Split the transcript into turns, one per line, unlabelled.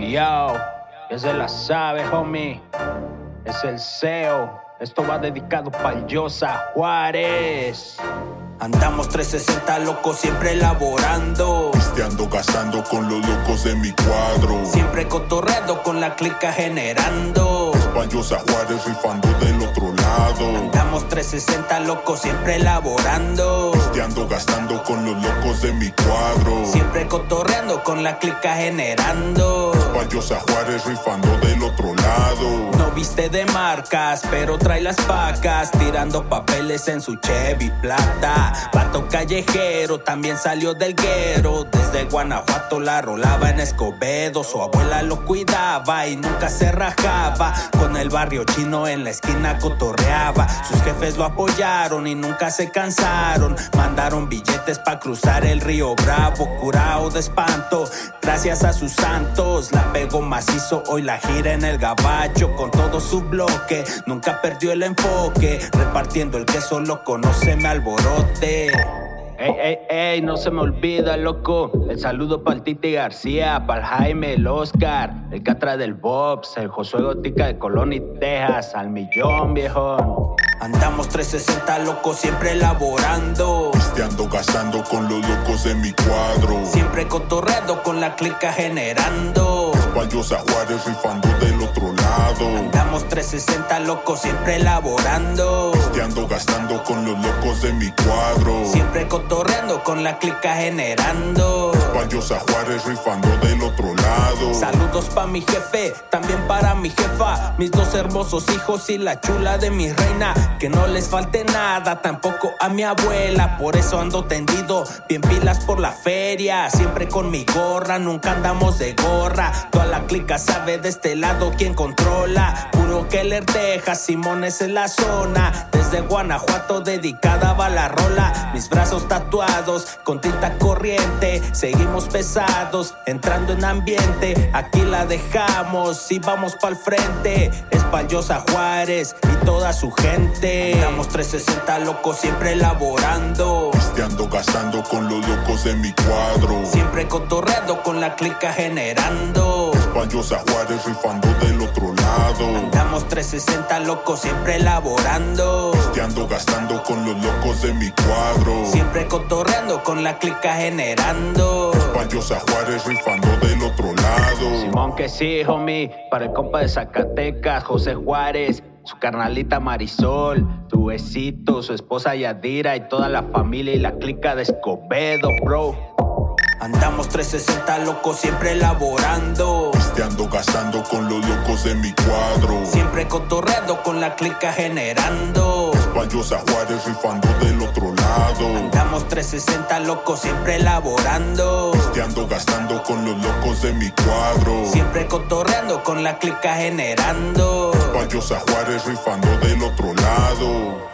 Yo, ya se la sabe, homie. Es el SEO. Esto va dedicado para Yosa Juárez.
Andamos 360 locos, siempre elaborando.
Pisteando, cazando con los locos de mi cuadro.
Siempre cotorreando con la clica generando.
Españosa Juárez rifando del otro lado.
Andamos 360 locos, siempre elaborando.
Pisteando, gastando con los locos de mi cuadro.
Siempre cotorreando con la clica generando.
Españosa Juárez rifando del otro lado.
No viste de marcas, pero trae las pacas. Tirando papeles en su Chevy plata. Pato callejero también salió del guero. Desde Guanajuato la rolaba en Escobedo. Su abuela lo cuidaba y nunca se rajaba. Con el barrio chino en la esquina cotorreaba. Sus jefes lo apoyaron y nunca se cansaron. Mandaron billetes para cruzar el río Bravo, curado de espanto. Gracias a sus santos, la pegó macizo. Hoy la gira en el gabacho con todo su bloque. Nunca perdió el enfoque, repartiendo el que solo conoce mi alborote.
Ey, ey, ey, no se me olvida, loco. El saludo para el Titi García, para Jaime, el Oscar, el Catra del Bobs, el Josué Gótica de Colón y Texas, al millón, viejo.
Andamos 360 locos, siempre elaborando.
Pisteando, gastando con los locos de mi cuadro.
Siempre cotorreando con la clica generando.
Españosa Juárez rifando del otro lado.
Andamos 360 locos, siempre elaborando.
Pisteando, gastando con los locos de mi cuadro.
Siempre cotorreando con la clica generando.
Españosa Juárez rifando del otro lado.
Saludos pa' mi jefe, también para mi jefa. Mis dos hermosos hijos y la chula de mi reina. Que no les falte nada, tampoco a mi abuela. Por eso ando tendido, bien pilas por la feria. Siempre con mi gorra, nunca andamos de gorra. Toda la clica sabe de este lado quién controla. Puro que le deja, Simones en la zona. Desde Guanajuato, dedicada va la rola. Mis brazos tatuados, con tinta corriente. Seguimos pesados, entrando en ambiente. Aquí la dejamos y vamos pa'l frente. Espallosa Juárez y toda su gente. Andamos 360 locos, siempre elaborando.
Pisteando, gastando con los locos de mi cuadro.
Siempre cotorreando con la clica generando.
Españosa Juárez rifando del otro lado.
Andamos 360 locos, siempre elaborando.
Pisteando, gastando con los locos de mi cuadro.
Siempre cotorreando con la clica generando.
Españosa Juárez rifando del otro lado.
Simón que sí, homie, para el compa de Zacatecas, José Juárez su carnalita Marisol, tu besito, su esposa Yadira y toda la familia y la clica de Escobedo, bro.
Andamos 360 locos, siempre elaborando.
Pisteando, gastando con los locos de mi cuadro.
Siempre cotorreando con la clica generando.
Españosa Juárez rifando del otro lado.
Andamos 360 locos, siempre elaborando.
Pisteando, gastando con los locos de mi cuadro.
Siempre cotorreando con la clica generando.
Españosa Juárez rifando del otro lado.